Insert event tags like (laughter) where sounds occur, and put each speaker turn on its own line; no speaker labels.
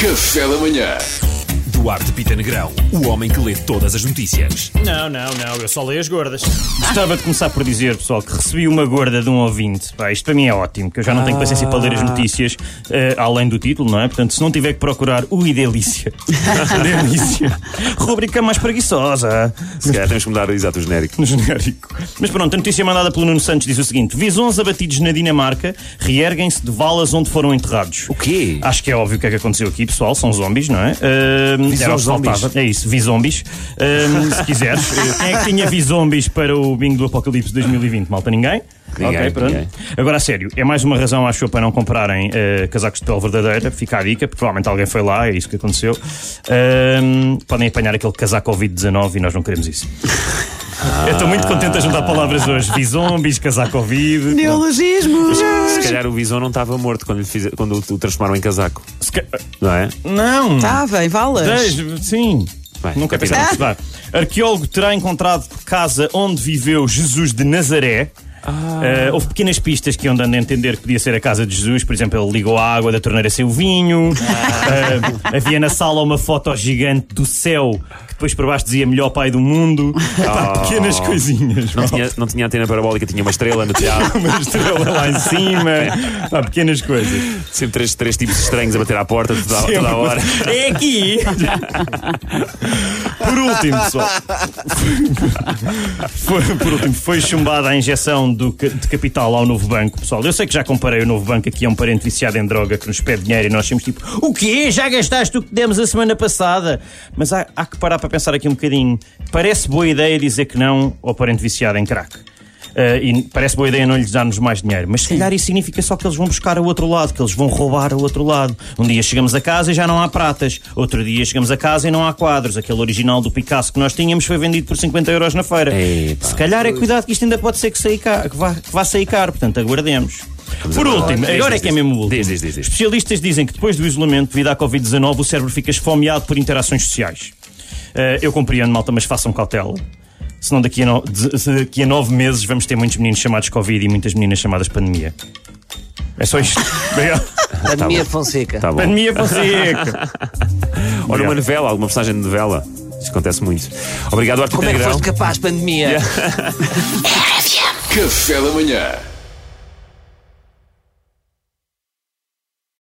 Café da Manhã.
Duarte Pita Negrão, o homem que lê todas as notícias.
Não, não, não, eu só leio as gordas.
Gostava de começar por dizer, pessoal, que recebi uma gorda de um ouvinte. Pá, isto para mim é ótimo, que eu já não tenho paciência para ler as notícias, eh, além do título, não é? Portanto, se não tiver que procurar o Idelícia. Delícia. Rubrica mais preguiçosa.
Se calhar temos que mudar exato o genérico.
No genérico. Mas pronto, a notícia mandada pelo Nuno Santos diz o seguinte: Visões abatidos na Dinamarca reerguem-se de valas onde foram enterrados.
O quê?
Acho que é óbvio o que é que aconteceu aqui, pessoal. São zombies, não é? Uh,
Visão zombies.
É isso, vi zombies.
(laughs)
Ahm, se quiseres. Quem é que tinha vi zombies para o bingo do Apocalipse 2020? Malta, ninguém?
Ninguém,
Ok, pronto.
ninguém.
Agora, a sério, é mais uma razão, acho eu, para não comprarem eh, casacos de pele verdadeira. Fica a dica, porque provavelmente alguém foi lá, é isso que aconteceu. Ahm, podem apanhar aquele casaco Covid-19 e nós não queremos
(laughs)
isso. Eu estou muito contente a juntar palavras hoje. Vi zombies, casaco Covid.
Neologismos!
Se calhar o Bison não estava morto quando, lhe fiz- quando o transformaram em casaco,
Se ca-
não é?
Não!
Tá bem, valas.
Dez, sim.
Vai,
Nunca pensei em
capitão.
estudar. Arqueólogo terá encontrado casa onde viveu Jesus de Nazaré.
Ah.
Eh, houve pequenas pistas que iam dando a entender que podia ser a casa de Jesus. Por exemplo, ele ligou a água da torneira sem o vinho.
Ah.
Eh, havia na sala uma foto gigante do céu que depois por baixo dizia melhor pai do mundo. Pá, pequenas coisinhas.
Ah. Não tinha, não tinha antena parabólica, tinha uma estrela no
(laughs)
telhado.
Uma estrela lá em cima. Pá, pequenas coisas.
Sempre três, três tipos estranhos a bater à porta toda, toda a hora.
É aqui!
(laughs)
Por último, pessoal. Foi, por último, foi chumbada a injeção do, ca- de capital ao novo banco, pessoal. Eu sei que já comparei o novo banco aqui a um parente viciado em droga que nos pede dinheiro e nós temos tipo: O quê? Já gastaste o que demos a semana passada? Mas há, há que parar para pensar aqui um bocadinho. Parece boa ideia dizer que não ao parente viciado em crack. Uh, e parece boa ideia não lhes darmos mais dinheiro, mas se calhar isso significa só que eles vão buscar ao outro lado, que eles vão roubar ao outro lado. Um dia chegamos a casa e já não há pratas, outro dia chegamos a casa e não há quadros. Aquele original do Picasso que nós tínhamos foi vendido por 50 euros na feira.
Epá.
Se calhar é cuidado que isto ainda pode ser que, saia caro, que, vá, que vá sair caro, portanto aguardemos. Por último,
Diz,
agora
diz,
é que é
diz.
mesmo o último.
Diz, diz, diz, diz.
Especialistas dizem que depois do isolamento devido à Covid-19 o cérebro fica esfomeado por interações sociais. Eh, eu compreendo, malta, mas façam cautela. Senão daqui a, no- de- se daqui a nove meses vamos ter muitos meninos chamados Covid e muitas meninas chamadas pandemia. É só
(laughs)
isto. Obrigado.
Pandemia Fonseca.
Tá bom.
pandemia Fonseca.
Ou numa
Obrigado.
novela, alguma personagem de novela. Isso acontece muito. Obrigado, Duarte
Como é que
Pitanegrão.
foste capaz, pandemia?
Café da Manhã.